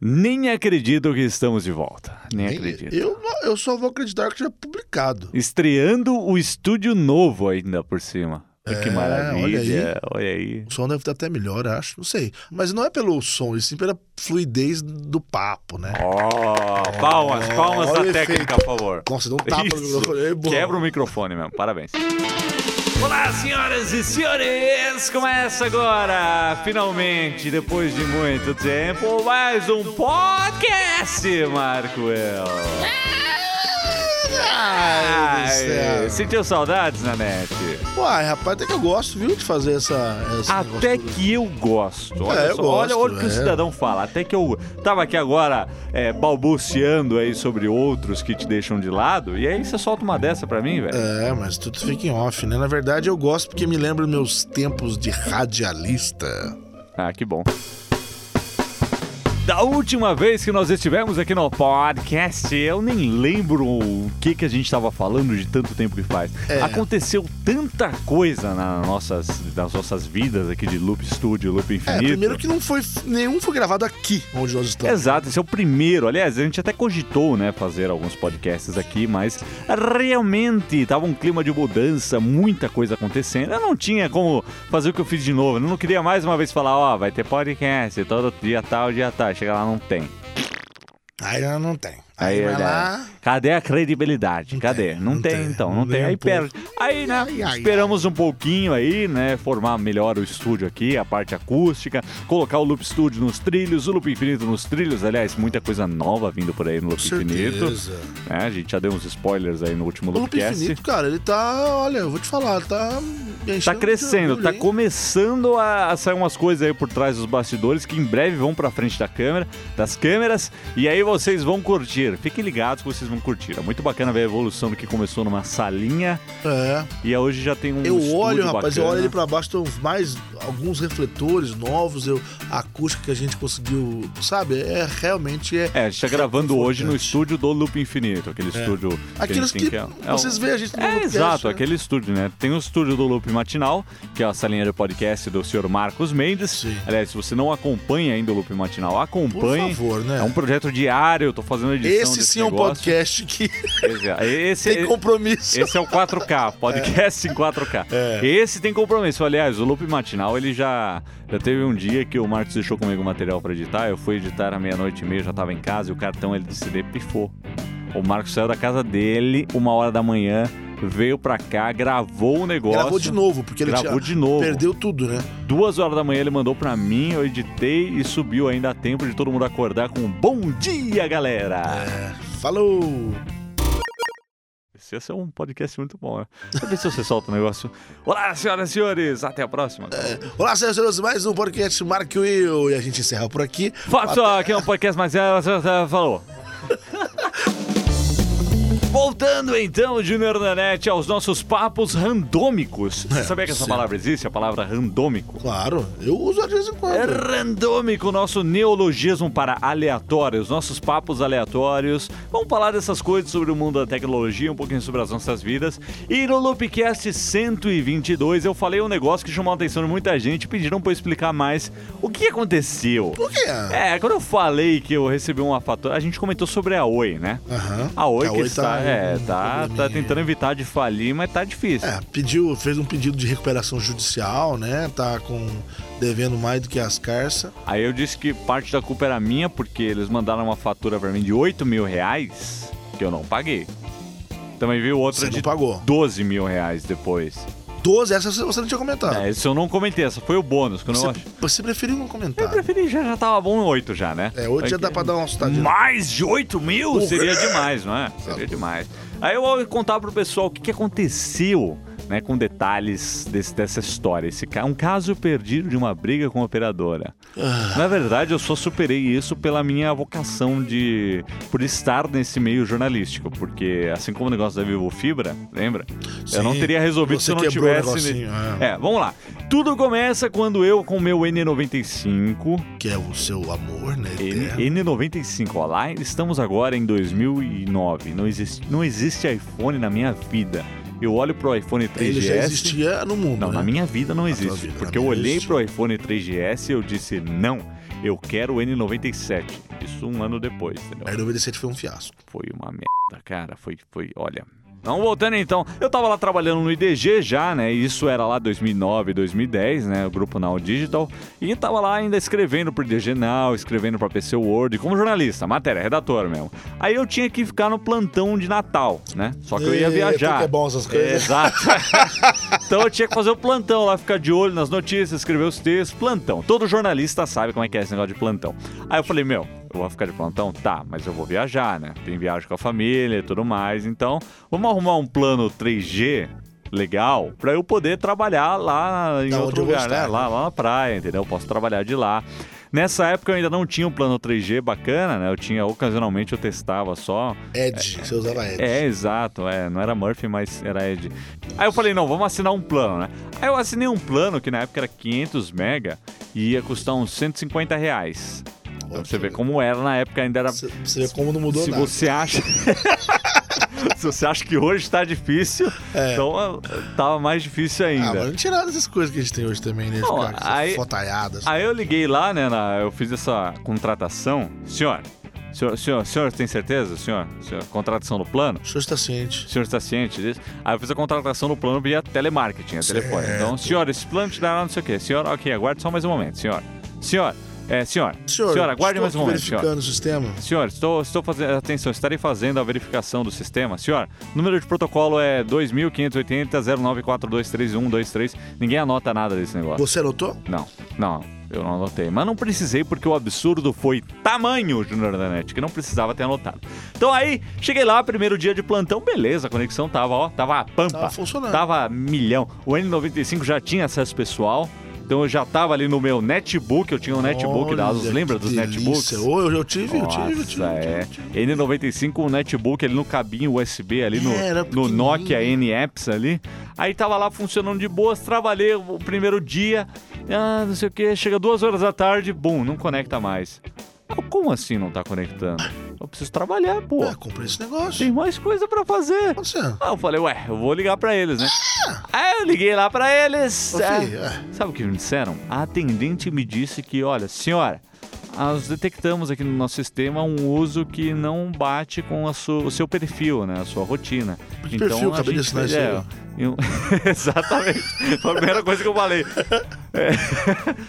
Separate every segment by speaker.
Speaker 1: Nem acredito que estamos de volta. Nem,
Speaker 2: Nem-
Speaker 1: acredito.
Speaker 2: Eu, eu só vou acreditar que já é publicado.
Speaker 1: Estreando o estúdio novo ainda por cima. que
Speaker 2: É,
Speaker 1: maravilha. Olha aí.
Speaker 2: O som deve estar até melhor, eu acho. Não sei. Mas não é pelo som, e sim pela fluidez do papo, né?
Speaker 1: Ó, palmas, palmas
Speaker 2: olha
Speaker 1: na
Speaker 2: o
Speaker 1: técnica, por favor.
Speaker 2: Nossa, dá um tapa no
Speaker 1: Isso.
Speaker 2: microfone. É bom.
Speaker 1: Quebra o microfone mesmo, parabéns. Olá, senhoras e senhores! Começa agora, finalmente, depois de muito tempo, mais um podcast, Marco El.
Speaker 2: Ai, meu Deus do
Speaker 1: Ai,
Speaker 2: céu.
Speaker 1: sentiu saudades, Nanete?
Speaker 2: Uai, rapaz, até que eu gosto, viu, de fazer essa. essa
Speaker 1: Até que eu gosto. Olha,
Speaker 2: É, eu
Speaker 1: só, olha,
Speaker 2: gosto,
Speaker 1: olha o que o
Speaker 2: é.
Speaker 1: cidadão fala. Até que eu tava aqui agora é, balbuciando aí sobre outros que te deixam de lado. E aí você solta uma dessa pra mim, velho.
Speaker 2: É, mas tudo fica em off, né? Na verdade, eu gosto porque me lembra meus tempos de radialista.
Speaker 1: Ah, que bom. Da última vez que nós estivemos aqui no podcast, eu nem lembro o que, que a gente estava falando de tanto tempo que faz.
Speaker 2: É.
Speaker 1: Aconteceu tanta coisa na nossas, nas nossas vidas aqui de Loop Studio, Loop
Speaker 2: É,
Speaker 1: Infinito.
Speaker 2: primeiro que não foi. Nenhum foi gravado aqui onde nós estamos.
Speaker 1: Exato, esse é o primeiro. Aliás, a gente até cogitou, né, fazer alguns podcasts aqui, mas realmente tava um clima de mudança, muita coisa acontecendo. Eu não tinha como fazer o que eu fiz de novo. né? Eu não queria mais uma vez falar, ó, vai ter podcast todo dia tal, dia tal. Chega lá, não tem.
Speaker 2: Aí não- não tem. Aí,
Speaker 1: Aí,
Speaker 2: vai
Speaker 1: olha,
Speaker 2: lá.
Speaker 1: Cadê a credibilidade?
Speaker 2: Não
Speaker 1: Cadê?
Speaker 2: tem,
Speaker 1: não,
Speaker 2: não
Speaker 1: tem,
Speaker 2: tem,
Speaker 1: então,
Speaker 2: não
Speaker 1: não tem.
Speaker 2: tem,
Speaker 1: Aí
Speaker 2: pô.
Speaker 1: perde. Aí, né?
Speaker 2: Ai, ai, ai.
Speaker 1: esperamos um pouquinho aí, né? Formar melhor o estúdio aqui, a parte acústica, colocar o Loop Studio nos trilhos, o Loop Infinito nos trilhos. Aliás, muita coisa nova vindo por aí no
Speaker 2: Com
Speaker 1: Loop Infinito.
Speaker 2: certeza.
Speaker 1: né? A gente já deu uns spoilers aí no último
Speaker 2: O Loop
Speaker 1: Loopcast.
Speaker 2: Infinito, cara, ele tá. Olha, eu vou te falar, tá.
Speaker 1: Tá
Speaker 2: enchendo
Speaker 1: crescendo,
Speaker 2: de
Speaker 1: tá
Speaker 2: orgulho, hein?
Speaker 1: começando a, a sair umas coisas aí por trás dos bastidores que em breve vão pra frente da câmera, das câmeras, e aí vocês vão curtir. Fiquem ligados que vocês vão curtir. É muito bacana ver a evolução do que começou numa salinha
Speaker 2: É.
Speaker 1: e hoje já tem um
Speaker 2: Eu
Speaker 1: estúdio
Speaker 2: olho, rapaz, eu
Speaker 1: bacana.
Speaker 2: olho ali pra baixo, estão mais alguns refletores novos, eu, a acústica que a gente conseguiu, sabe? É realmente é.
Speaker 1: É, a gente tá gravando hoje no
Speaker 2: Importante. É.
Speaker 1: estúdio do Loop Infinito, aquele estúdio que a
Speaker 2: Aqueles
Speaker 1: gente tem
Speaker 2: que,
Speaker 1: que... é um-
Speaker 2: vocês veem a gente no
Speaker 1: É,
Speaker 2: podcast,
Speaker 1: exato,
Speaker 2: né?
Speaker 1: aquele estúdio, né? Tem o estúdio do Loop Matinal, que é a salinha de podcast do senhor Marcos Mendes.
Speaker 2: Sim.
Speaker 1: Aliás, se você não acompanha ainda o Loop Matinal,
Speaker 2: Por
Speaker 1: acompanhe.
Speaker 2: favor, né?
Speaker 1: É um projeto diário, eu tô fazendo edição
Speaker 2: Esse
Speaker 1: desse
Speaker 2: sim é um
Speaker 1: negócio.
Speaker 2: podcast que
Speaker 1: Exato. Esse,
Speaker 2: tem compromisso.
Speaker 1: esse é o 4K, podcast em 4K.
Speaker 2: É.
Speaker 1: Esse tem compromisso. Aliás, o loop matinal, ele já, já teve um dia que o Marcos deixou comigo material pra editar. Eu fui editar à meia-noite e meia, já tava em casa e o cartão LCD pifou. O Marcos saiu da casa dele, uma hora da manhã, veio pra cá, gravou o negócio.
Speaker 2: Gravou de novo, porque ele
Speaker 1: Gravou
Speaker 2: tinha,
Speaker 1: de novo.
Speaker 2: perdeu tudo, né?
Speaker 1: Duas horas da manhã ele mandou pra mim, eu editei e subiu ainda a tempo de todo mundo acordar com um bom dia,
Speaker 2: É.
Speaker 1: galera!
Speaker 2: Falou!
Speaker 1: Esse ia ser um podcast muito bom, né? Deixa eu ver se você solta o negócio. Olá, senhoras e senhores, até a próxima.
Speaker 2: Olá, senhoras e senhores, mais um podcast Mark Will. E a gente encerra por aqui.
Speaker 1: Fato aqui é um podcast, mas ela falou. Voltando então, Junior Nanete, aos nossos papos randômicos. Você
Speaker 2: É,
Speaker 1: sabia que essa
Speaker 2: sim.
Speaker 1: palavra existe? A palavra randômico?
Speaker 2: Claro, eu uso de vez em
Speaker 1: É
Speaker 2: quando.
Speaker 1: randômico, nosso neologismo para aleatórios, nossos papos aleatórios. Vamos falar dessas coisas sobre o mundo da tecnologia, um pouquinho sobre as nossas vidas. E no Loopcast 122 eu falei um negócio que chamou a atenção de muita gente, pediram para eu explicar mais o que aconteceu.
Speaker 2: Por quê? Aham.
Speaker 1: É, quando eu falei que eu recebi uma fatura, a gente comentou sobre a Oi, né? A Oi que está, é,
Speaker 2: com um
Speaker 1: tá, tá
Speaker 2: probleminha.
Speaker 1: tentando evitar de falir, mas tá difícil.
Speaker 2: É, pediu, fez um pedido de recuperação judicial, né? Tá com devendo mais do que as carças.
Speaker 1: Aí eu disse que parte da culpa era minha, porque eles mandaram uma fatura pra mim de 8 mil reais, que eu não paguei. Também veio outra
Speaker 2: Você não
Speaker 1: de
Speaker 2: pagou.
Speaker 1: 12 mil reais depois.
Speaker 2: 12, essa você não tinha comentado.
Speaker 1: É, isso eu não comentei, essa foi o bônus, que eu não
Speaker 2: Tá. você,
Speaker 1: acho.
Speaker 2: você preferiu não
Speaker 1: Eu
Speaker 2: comentar.
Speaker 1: preferi, já, já tava bom 8 já, né?
Speaker 2: É, hoje já dá pra dar uma assustadinha.
Speaker 1: Mais de 8 mil?
Speaker 2: Porra. Tá
Speaker 1: Seria demais, não é? Seria demais. Aí eu vou contar pro pessoal o que, que aconteceu, né, com detalhes desse- dessa história. Esse, ca- um caso perdido de uma briga com a operadora.
Speaker 2: Ah,
Speaker 1: Na verdade, eu só superei isso pela minha vocação de... por estar nesse meio jornalístico. Porque, assim como o negócio da Vivo Fibra, lembra? eu
Speaker 2: sim,
Speaker 1: não teria resolvido
Speaker 2: você
Speaker 1: se eu não
Speaker 2: quebrou o
Speaker 1: tivesse...
Speaker 2: negocinho, é,
Speaker 1: É, vamos lá. Tudo começa quando eu, com o meu N95,
Speaker 2: Que é o seu amor, né? eterno.
Speaker 1: N- N95, ó, lá estamos agora em 2009. Não existe, não existe iPhone na minha vida. Eu olho pro iPhone 3GS.
Speaker 2: Ele já existia no mundo.
Speaker 1: Não,
Speaker 2: né?
Speaker 1: na minha vida não existe.
Speaker 2: vida, na
Speaker 1: porque eu
Speaker 2: minha
Speaker 1: olhei
Speaker 2: existe.
Speaker 1: pro iPhone 3GS e eu disse não. Eu quero o N97. Isso um ano depois, entendeu?
Speaker 2: Aí 97 foi um fiasco.
Speaker 1: Foi uma merda, cara. Foi, foi, olha. Então, voltando então, eu tava lá trabalhando no IDG já, né? Isso era lá 2009, 2010, né? O grupo Now Digital. E tava lá ainda escrevendo pro IDG Now, escrevendo pra PC World, como jornalista, matéria, redator mesmo. Aí eu tinha que ficar no plantão de Natal, né? Só que eu ia
Speaker 2: E-
Speaker 1: viajar.
Speaker 2: porque é bom essas coisas.
Speaker 1: Exato. então eu tinha que fazer o plantão lá, ficar de olho nas notícias, escrever os textos, plantão. Todo jornalista sabe como é que é esse negócio de plantão. Aí eu falei, meu, eu vou ficar de plantão? Tá, mas eu vou viajar, né? Tem viagem com a família e tudo mais. Então, vamos arrumar um plano 3G legal pra eu poder trabalhar lá em
Speaker 2: Da onde
Speaker 1: outro
Speaker 2: eu
Speaker 1: lugar,
Speaker 2: gostar,
Speaker 1: né?
Speaker 2: né?
Speaker 1: Lá, lá na praia, entendeu? Eu posso trabalhar de lá. Nessa época eu ainda não tinha um plano 3G bacana, né? Eu tinha, ocasionalmente eu testava só,
Speaker 2: Ed, você usava Ed.
Speaker 1: é, exato, é. Não era Murphy, mas era Ed. Aí eu falei, não, vamos assinar um plano, né? Aí eu assinei um plano que na época era 500 mega e ia custar uns 150 reais. Então
Speaker 2: Ótimo.
Speaker 1: você vê como era na época, ainda era...
Speaker 2: Você- Você vê como não mudou
Speaker 1: Se
Speaker 2: nada.
Speaker 1: você acha... Se você acha que hoje tá difícil, então eh, tava mais difícil ainda.
Speaker 2: É. Ah, mas não tinha nada dessas coisas que a gente tem hoje também, né?
Speaker 1: Não,
Speaker 2: Ficar assim. com essas
Speaker 1: aí-
Speaker 2: Fotaiadas.
Speaker 1: Aí eu liguei lá, né? na- eu fiz essa contratação. Senhor, senhor, senhor, senhor tem certeza? Senhor, senhor, contratação do plano?
Speaker 2: O senhor está ciente.
Speaker 1: O senhor está ciente disso? Aí eu fiz a contratação no plano via telemarketing, a telefone. Então, senhor, esse plano te dará não sei o quê. Senhor, ok, aguarde só mais um momento, senhor. Senhor, é, senhor.
Speaker 2: Senhor,
Speaker 1: aguarde
Speaker 2: estou
Speaker 1: mais um
Speaker 2: aqui
Speaker 1: momento, senhor.
Speaker 2: verificando o sistema.
Speaker 1: Senhor, estou, estou fazendo. Atenção, estarei fazendo a verificação do sistema. Senhor, número de protocolo é 2580-09423123. Ninguém anota nada desse negócio.
Speaker 2: Você anotou?
Speaker 1: Não, não, eu não anotei. Mas não precisei porque o absurdo foi tamanho, Junior da Net, que não precisava ter anotado. Então aí, cheguei lá, primeiro dia de plantão, beleza, a conexão tava, ó, tava a pampa.
Speaker 2: Tava funcionando.
Speaker 1: Tava milhão. O N95 já tinha acesso pessoal. Então eu já tava ali no meu netbook, eu tinha um netbook da Asus,
Speaker 2: Olha,
Speaker 1: lembra
Speaker 2: que
Speaker 1: dos
Speaker 2: delícia.
Speaker 1: netbooks?
Speaker 2: Ô, eu, eu tive, eu tive, eu tive.
Speaker 1: Nossa, é. N95, um netbook ali no cabinho USB, ali no,
Speaker 2: É, era
Speaker 1: no
Speaker 2: pequenininho.
Speaker 1: Nokia N-Apps ali. Aí tava lá funcionando de boas, trabalhei o primeiro dia, ah, não sei o que, chega duas horas da tarde, bum, não conecta mais. Eu, Como assim não tá conectando? Eu preciso trabalhar, pô.
Speaker 2: Ah, comprei esse negócio.
Speaker 1: Tem mais coisa pra fazer.
Speaker 2: Nossa.
Speaker 1: Ah, eu falei, ué, eu vou ligar pra eles, né? Aí eu liguei lá pra eles.
Speaker 2: Ah! Ô,
Speaker 1: é.
Speaker 2: filho, é.
Speaker 1: Sabe o que me disseram? A atendente me disse que, olha, senhora, nós detectamos aqui no nosso sistema um uso que não bate com a su- o seu perfil, né? A sua rotina.
Speaker 2: Que perfil?
Speaker 1: a
Speaker 2: Acabei de
Speaker 1: gente-
Speaker 2: assinar isso
Speaker 1: é,
Speaker 2: aí, ó.
Speaker 1: eu- Exatamente. Foi a primeira coisa que eu falei. É.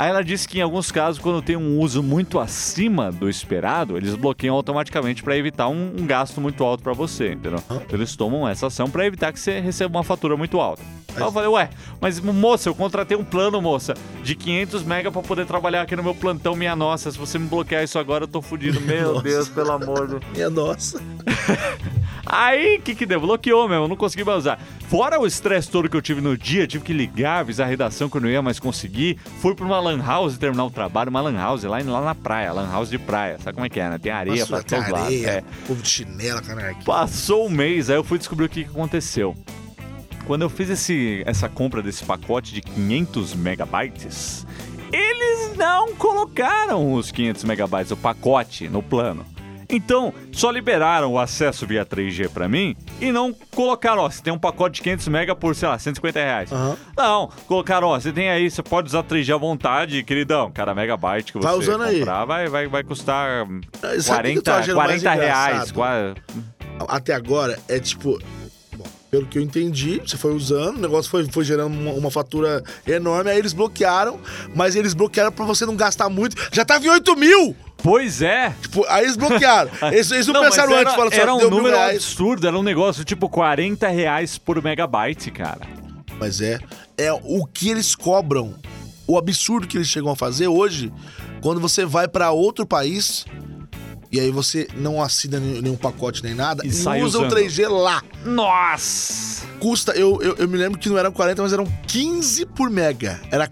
Speaker 1: Aí ela disse que em alguns casos, quando tem um uso muito acima do esperado, eles bloqueiam automaticamente para evitar um, um gasto muito alto para você, entendeu?
Speaker 2: Hã?
Speaker 1: Então eles tomam essa ação para evitar que você receba uma fatura muito alta. Aí eu falei, ué, mas moça, eu contratei um plano, moça, de 500 mega para poder trabalhar aqui no meu plantão, minha nossa. Se você me bloquear isso agora, eu tô fudido. Meu
Speaker 2: Nossa.
Speaker 1: Deus, pelo amor do...
Speaker 2: Minha é nossa.
Speaker 1: Aí, o que que deu? Bloqueou mesmo, não consegui mais usar. Fora o estresse todo que eu tive no dia, tive que ligar, avisar a redação que eu não ia mais conseguir. Fui pra uma lan house terminar o trabalho, uma lan house lá, lá na praia, lan house de praia. Sabe como é que é, né? Tem areia pra
Speaker 2: Nossa,
Speaker 1: todos
Speaker 2: até
Speaker 1: lados.
Speaker 2: areia,
Speaker 1: É.
Speaker 2: Povo de chinela, canequinha.
Speaker 1: Passou um mês, aí eu fui descobrir o que que aconteceu. Quando eu fiz esse, essa compra desse pacote de 500 megabytes, eles não colocaram os 500 megabytes, o pacote, no plano. Então, só liberaram o acesso via 3G pra mim e não colocaram, ó, você tem um pacote de 500 mega por, sei lá, 150 reais.
Speaker 2: Aham.
Speaker 1: Não, colocaram, ó, você tem aí, você pode usar 3G à vontade, queridão. Cada megabyte que você
Speaker 2: Vai Tá usando aí.
Speaker 1: comprar vai, vai, vai custar
Speaker 2: Sabe o que eu tô
Speaker 1: 40,
Speaker 2: achando mais
Speaker 1: 40 reais,
Speaker 2: engraçado?
Speaker 1: qua-
Speaker 2: até agora é tipo. bom, Pelo que eu entendi, você foi usando, o negócio foi, foi gerando uma, uma fatura enorme, aí eles bloquearam, mas eles bloquearam pra você não gastar muito. Já tava em 8 mil!
Speaker 1: Pois é.
Speaker 2: Tipo, aí eles bloquearam. Eles, eles não,
Speaker 1: mas
Speaker 2: pensaram
Speaker 1: era,
Speaker 2: antes, falaram só
Speaker 1: Era um
Speaker 2: assim, deu mil
Speaker 1: número
Speaker 2: reais.
Speaker 1: absurdo, era um negócio tipo 40 reais por megabyte, cara.
Speaker 2: Mas é, é o que eles cobram, o absurdo que eles chegam a fazer hoje, quando você vai pra outro país e aí você não assina nenhum nenhum pacote nem nada
Speaker 1: E
Speaker 2: e,
Speaker 1: sai
Speaker 2: usa
Speaker 1: usando.
Speaker 2: o 3G lá.
Speaker 1: Nossa!
Speaker 2: custa, eu, eu, eu me lembro que não eram 40, mas eram 15 por mega. Era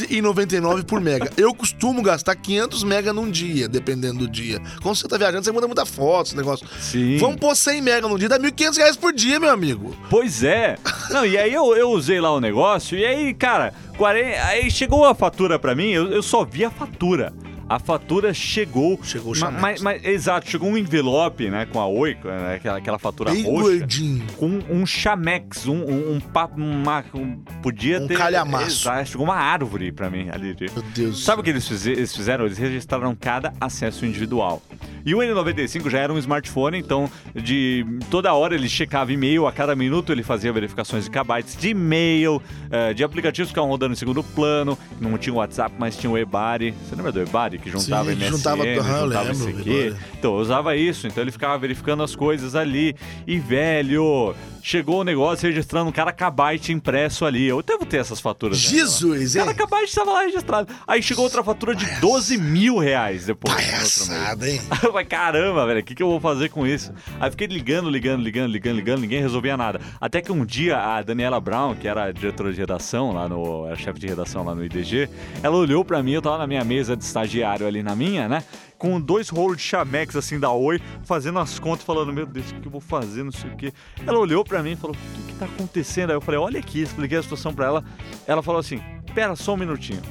Speaker 2: 14,99 por mega. Eu costumo gastar 500 mega num dia, dependendo do dia. Quando você tá viajando, você manda muita foto, esse negócio.
Speaker 1: Sim.
Speaker 2: Vamos pôr 100 mega num dia, dá 1.500 reais por dia, meu amigo.
Speaker 1: Pois é. Não, e aí eu, eu usei lá o negócio, e aí, cara, 40, aí chegou a fatura pra mim, eu, eu só vi a fatura. a fatura chegou.
Speaker 2: Chegou o
Speaker 1: ma-
Speaker 2: chamado.
Speaker 1: mas, mas- exato, chegou um envelope, né, com a Oi, né, aquela, aquela fatura
Speaker 2: Bem
Speaker 1: roxa.
Speaker 2: gordinho.
Speaker 1: Com um chamex, um, um, um papo, uma, um- podia
Speaker 2: Um
Speaker 1: ter...
Speaker 2: calhamaço.
Speaker 1: Exato, chegou uma árvore pra mim ali. de-
Speaker 2: Meu Deus.
Speaker 1: Sabe o que eles fize- eles fizeram? Eles registraram cada acesso individual. E o N95 já era um smartphone, então de toda hora ele checava e-mail, a cada minuto ele fazia verificações de kbytes de e-mail, eh, de aplicativos que estavam rodando em segundo plano, não tinha o WhatsApp, mas tinha o Ebari. Você lembra do Ebari que juntava
Speaker 2: Sim, que
Speaker 1: MSN,
Speaker 2: juntava-
Speaker 1: juntava,
Speaker 2: aham, eu
Speaker 1: juntava
Speaker 2: lembro,
Speaker 1: isso
Speaker 2: o
Speaker 1: aqui?
Speaker 2: Ebari.
Speaker 1: Então eu usava isso, então ele ficava verificando as coisas ali. E velho, chegou o negócio registrando um cara kbyte impresso ali. Eu devo ter essas faturas. ainda lá.
Speaker 2: Jesus,
Speaker 1: Cara,
Speaker 2: hein?
Speaker 1: acabou de estar lá registrado. Aí chegou outra fatura de 12 mil reais depois. né, no outro mês.
Speaker 2: Palhaçada, hein?
Speaker 1: Eu falei, caramba, velho, o que, que eu vou fazer com isso? Aí fiquei ligando, ligando, ligando, ligando, ligando, ninguém resolvia nada. Até que um dia a Daniela Brown, que era a diretora de redação lá no. era chefe de redação lá no IDG, ela olhou pra mim, eu tava na minha mesa de estagiário ali na minha, né? Com dois rolos de chamex assim da Oi, fazendo as contas, falando, meu Deus, o que eu vou fazer, não sei o quê. Ela olhou pra mim e falou, o que, que tá acontecendo? Aí eu falei, olha aqui, expliquei a situação pra ela. Ela falou assim, pera só um minutinho.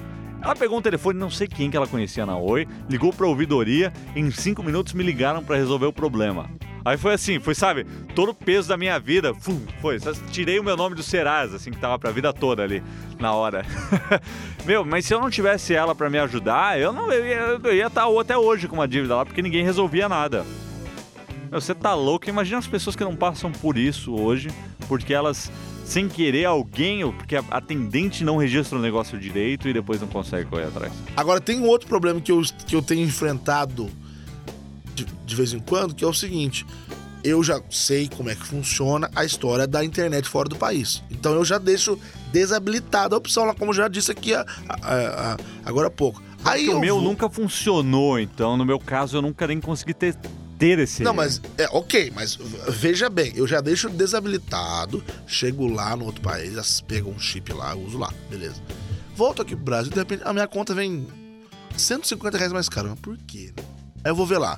Speaker 1: Ela pegou um telefone, não sei quem que ela conhecia na Oi, ligou pra ouvidoria, em cinco minutos me ligaram pra resolver o problema. Aí foi assim, foi, sabe, todo o peso da minha vida, fum, foi. só Tirei o meu nome do Serasa, assim, que tava pra vida toda ali, na hora. meu, mas se eu não tivesse ela pra me ajudar, eu não eu ia, eu ia estar até hoje com uma dívida lá, porque ninguém resolvia nada. Meu, você tá louco? Imagina as pessoas que não passam por isso hoje, porque elas, sem querer, alguém, ou porque a atendente não registra o negócio direito e depois não consegue correr atrás.
Speaker 2: Agora, tem um outro problema que eu, que eu tenho enfrentado de, de vez em quando, que é o seguinte. Eu já sei como é que funciona a história da internet fora do país. Então eu já deixo desabilitada a opção lá, como eu já disse aqui a- a- a- agora há pouco. Aí
Speaker 1: Porque
Speaker 2: eu
Speaker 1: o meu
Speaker 2: vou-
Speaker 1: nunca funcionou, então no meu caso eu nunca nem consegui ter, ter esse.
Speaker 2: Não, mas é ok, mas veja bem, eu já deixo desabilitado, chego lá no outro país, as- pego um chip lá, uso lá, beleza. Volto aqui pro Brasil, de repente a minha conta vem 150 reais mais caro. Mas por quê? Aí eu vou ver lá.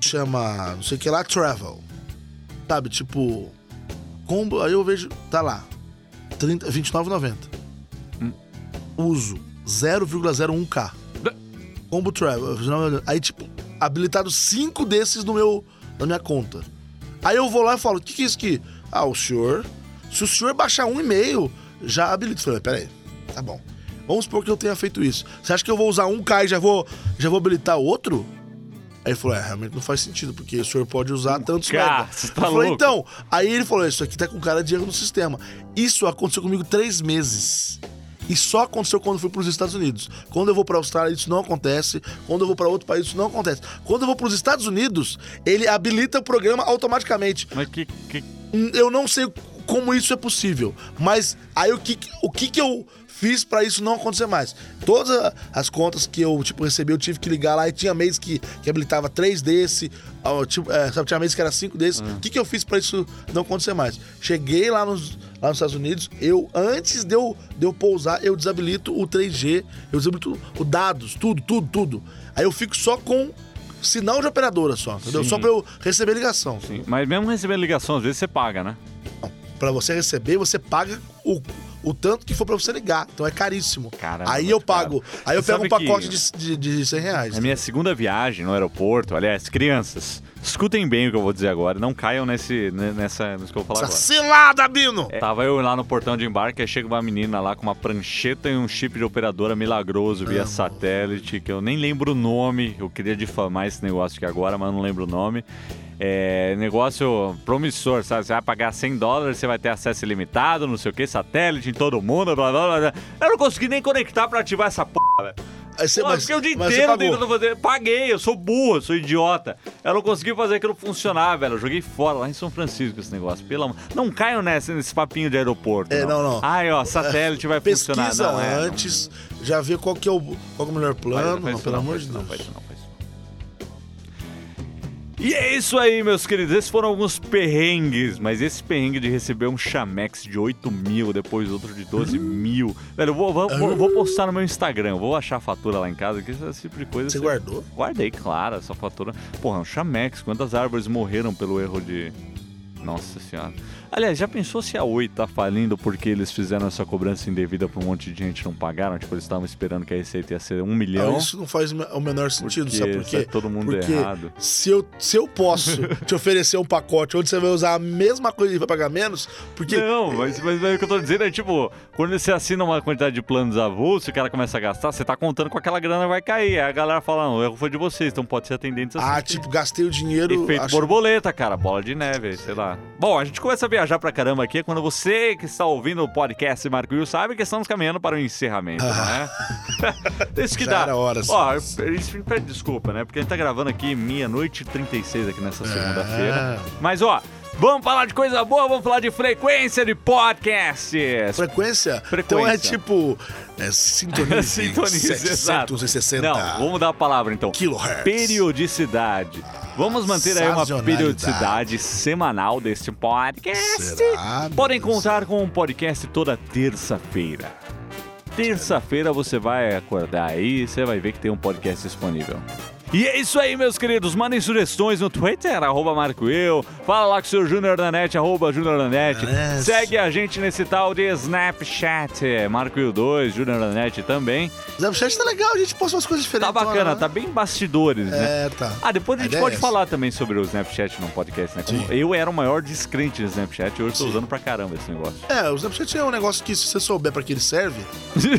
Speaker 2: Chama, não sei o que lá, travel. Sabe, tipo. Combo, aí eu vejo, tá lá. 30 29,90. Uso 0,01k. Combo Travel. Aí, tipo, habilitado cinco desses no meu, na minha conta. Aí eu vou lá e falo, o que, que é isso aqui? Ah, o senhor. Se o senhor baixar um e-mail, já habilita. Eu Falei, peraí, tá bom. Vamos supor que eu tenha feito isso. Você acha que eu vou usar um K e já vou, já vou habilitar outro? Aí ele falou, é, realmente não faz sentido, porque o senhor pode usar tantos
Speaker 1: K,
Speaker 2: mega.
Speaker 1: você
Speaker 2: Eu
Speaker 1: tá
Speaker 2: falei,
Speaker 1: louco?
Speaker 2: então. Aí ele falou, isso aqui tá com cara de erro no sistema. Isso aconteceu comigo três meses. E só aconteceu quando eu fui para os Estados Unidos. Quando eu vou para a Austrália, isso não acontece. Quando eu vou para outro país, isso não acontece. Quando eu vou para os Estados Unidos, ele habilita o programa automaticamente.
Speaker 1: Mas que, que-
Speaker 2: Hum, Eu não sei como isso é possível, mas aí o que, que- o que, que eu fiz pra isso não acontecer mais? Todas a- as contas que eu tipo, recebi, eu tive que ligar lá e tinha mês que, que habilitava três desse, ó, tipo, é, sabe, tinha mês que era cinco desse.
Speaker 1: Uhum.
Speaker 2: O que, que eu fiz pra isso não acontecer mais? Cheguei lá nos, lá nos Estados Unidos, eu, antes de eu, de eu pousar, eu desabilito o 3G, eu desabilito os dados, tudo, tudo, tudo. Aí eu fico só com sinal de operadora só, entendeu?
Speaker 1: Sim.
Speaker 2: Só pra eu receber ligação.
Speaker 1: sim, mas mesmo recebendo ligação, às vezes você paga, né?
Speaker 2: Pra você receber, você paga o, o tanto que for pra você ligar. Então é caríssimo.
Speaker 1: Caramba,
Speaker 2: aí eu
Speaker 1: muito caro.
Speaker 2: pago. Aí eu
Speaker 1: Você
Speaker 2: pego um
Speaker 1: sabe que-
Speaker 2: pacote de, de, de 100 reais.
Speaker 1: Na É minha segunda viagem no aeroporto, aliás, crianças, escutem bem o que eu vou dizer agora, não caiam nesse, ne- nessa, nisso que eu vou falar
Speaker 2: Essa
Speaker 1: agora.
Speaker 2: cilada, Bino!
Speaker 1: É. Tava eu lá no portão de embarque, aí chega uma menina lá com uma prancheta e um chip de operadora milagroso via satélite, que eu nem lembro o nome, eu queria difamar esse negócio aqui agora, mas não lembro o nome. É, negócio promissor, sabe? Você vai pagar 100 dólares, você vai ter acesso ilimitado, não sei o que, satélite em todo mundo, blá blá blá. blá. Eu não consegui nem conectar pra ativar essa porra, velho.
Speaker 2: Aí você,
Speaker 1: Pô, eu
Speaker 2: mas,
Speaker 1: fiquei o dia
Speaker 2: mas você
Speaker 1: inteiro
Speaker 2: pagou.
Speaker 1: tentando fazer. Paguei, eu sou burro, eu sou idiota. Eu não consegui fazer aquilo funcionar, velho. Eu joguei fora lá em São Francisco esse negócio. Pelo amor. Não caiam nessa, nesse papinho de aeroporto.
Speaker 2: É, não, não.
Speaker 1: Ai, ó, satélite vai funcionar.
Speaker 2: Pesquisa
Speaker 1: Não, é, não.
Speaker 2: antes, já vê qual que é o, qual que é o melhor
Speaker 1: Faz-
Speaker 2: plano.
Speaker 1: faz
Speaker 2: Não,
Speaker 1: isso
Speaker 2: pelo
Speaker 1: não,
Speaker 2: amor
Speaker 1: faz
Speaker 2: de
Speaker 1: isso
Speaker 2: Deus.
Speaker 1: não, faz isso não, faz isso não. E é isso aí, meus queridos. Esses foram alguns perrengues, mas esse perrengue de receber um Chamex de 8 mil, depois outro de 12 mil. Velho, eu vou, vou, vou- vou postar no meu Instagram, vou achar a fatura lá em casa, que esse tipo de coisa.
Speaker 2: Você
Speaker 1: você-
Speaker 2: guardou?
Speaker 1: Guardei, claro, essa fatura. Porra, é um chamex. Quantas árvores morreram pelo erro de. Nossa senhora. Aliás, já pensou se a Oi tá falindo porque eles fizeram essa cobrança indevida pra um monte de gente e não pagaram? Tipo, eles estavam esperando que a receita ia ser um milhão.
Speaker 2: Então, isso não faz o menor sentido,
Speaker 1: porque
Speaker 2: sabe por
Speaker 1: sai
Speaker 2: quê?
Speaker 1: todo mundo
Speaker 2: Porque
Speaker 1: errado.
Speaker 2: Se eu, se eu posso te oferecer um pacote onde você vai usar a mesma coisa e vai pagar menos, porque
Speaker 1: Não, mas, mas- mas o que eu tô dizendo é tipo, quando você assina uma quantidade de planos avulso e o cara começa a gastar, você tá contando com aquela grana vai cair. Aí a galera fala, não, o erro foi de vocês, então pode ser atendente assim.
Speaker 2: Ah, tipo, gastei o dinheiro.
Speaker 1: Efeito
Speaker 2: acho-
Speaker 1: borboleta, cara, bola de neve, sei lá. Bom, a gente começa a viajar pra caramba aqui é quando você que está ouvindo o podcast Marco Will sabe que estamos caminhando para o encerramento, né? Isso que
Speaker 2: Ah. Já
Speaker 1: dá.
Speaker 2: era hora,
Speaker 1: Ó, eu- isso me pede desculpa, né? Porque a gente tá gravando aqui meia-noite e 36 aqui nessa segunda-feira.
Speaker 2: É.
Speaker 1: Mas ó, vamos falar de coisa boa, vamos falar de frequência de podcasts.
Speaker 2: Frequência?
Speaker 1: Frequência.
Speaker 2: Então é tipo. É, sintonize.
Speaker 1: Sintonize, exato.
Speaker 2: 760
Speaker 1: Não, vamos mudar a palavra então.
Speaker 2: kilohertz.
Speaker 1: Periodicidade. Vamos manter aí uma
Speaker 2: Sazonalidade.
Speaker 1: periodicidade semanal deste podcast.
Speaker 2: Será, meu
Speaker 1: Podem
Speaker 2: Deus?
Speaker 1: contar com um podcast toda terça-feira. Terça-feira você vai acordar aí e você vai ver que tem um podcast disponível. E é isso aí, meus queridos. Mandem sugestões no Twitter, arroba Marco Eu. Fala lá com o seu Júnior da Net, arroba Júnior da Net.
Speaker 2: Parece.
Speaker 1: Segue a gente nesse tal de Snapchat. Marco Eu 2, Júnior da Net também.
Speaker 2: O Snapchat tá legal, a gente posta umas coisas
Speaker 1: Tá
Speaker 2: diferentes.
Speaker 1: bacana,
Speaker 2: né?
Speaker 1: tá bem bastidores, né?
Speaker 2: É, tá.
Speaker 1: Ah, depois a gente
Speaker 2: ideia
Speaker 1: pode
Speaker 2: é essa.
Speaker 1: falar também sobre o Snapchat no podcast, né? Como
Speaker 2: Sim.
Speaker 1: eu era o maior descrente do Snapchat e hoje tô
Speaker 2: Sim.
Speaker 1: usando pra caramba esse negócio.
Speaker 2: É, o Snapchat é um negócio que, se você souber pra que ele serve,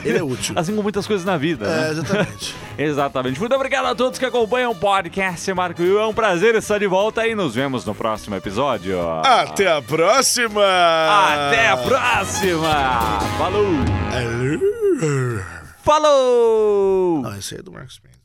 Speaker 2: ele é útil.
Speaker 1: Assim como muitas coisas na vida,
Speaker 2: É,
Speaker 1: né?
Speaker 2: exatamente.
Speaker 1: Exatamente. Muito obrigado a todos que acompanham o podcast Marco Will. É um prazer estar de volta e nos vemos no próximo episódio.
Speaker 2: Até a próxima!
Speaker 1: Ah. Até a próxima! Falou!
Speaker 2: próxima!
Speaker 1: Falou!
Speaker 2: Não, esse aí é do Marcos Mendes.